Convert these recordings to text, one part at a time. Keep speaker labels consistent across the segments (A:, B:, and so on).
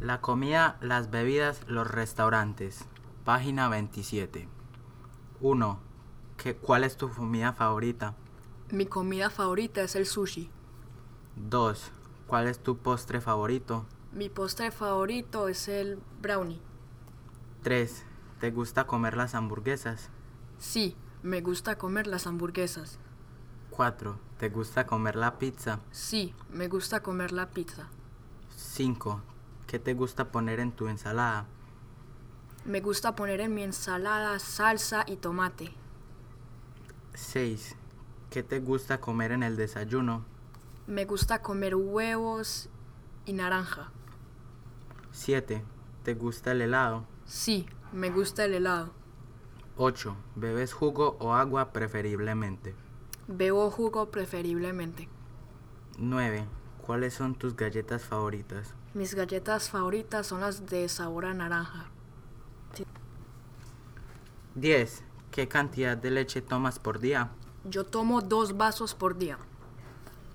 A: La comida, las bebidas, los restaurantes. Página 27. 1. ¿Cuál es tu comida favorita?
B: Mi comida favorita es el sushi.
A: 2. ¿Cuál es tu postre favorito?
B: Mi postre favorito es el brownie.
A: 3. ¿Te gusta comer las hamburguesas?
B: Sí, me gusta comer las hamburguesas.
A: 4. ¿Te gusta comer la pizza?
B: Sí, me gusta comer la pizza.
A: 5. ¿Qué te gusta poner en tu ensalada?
B: Me gusta poner en mi ensalada salsa y tomate.
A: 6. ¿Qué te gusta comer en el desayuno?
B: Me gusta comer huevos y naranja.
A: 7. ¿Te gusta el helado?
B: Sí, me gusta el helado.
A: 8. ¿Bebes jugo o agua preferiblemente?
B: Bebo jugo preferiblemente.
A: 9. ¿Cuáles son tus galletas favoritas?
B: Mis galletas favoritas son las de sabor a naranja.
A: 10. ¿Qué cantidad de leche tomas por día?
B: Yo tomo dos vasos por día.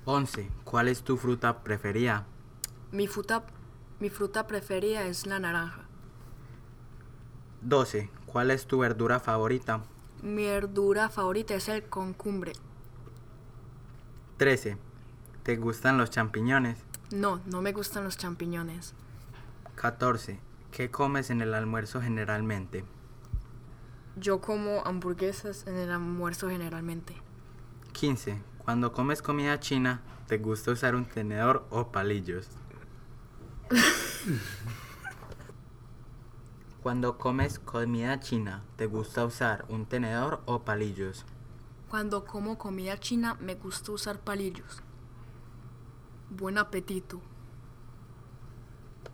A: 11. ¿Cuál es tu fruta preferida?
B: Mi fruta, mi fruta preferida es la naranja.
A: 12. ¿Cuál es tu verdura favorita?
B: Mi verdura favorita es el concumbre.
A: 13. ¿Te gustan los champiñones?
B: No, no me gustan los champiñones.
A: 14. ¿Qué comes en el almuerzo generalmente?
B: Yo como hamburguesas en el almuerzo generalmente.
A: 15. Cuando comes comida china, ¿te gusta usar un tenedor o palillos? Cuando comes comida china, ¿te gusta usar un tenedor o palillos?
B: Cuando como comida china me gusta usar palillos. Buen apetito.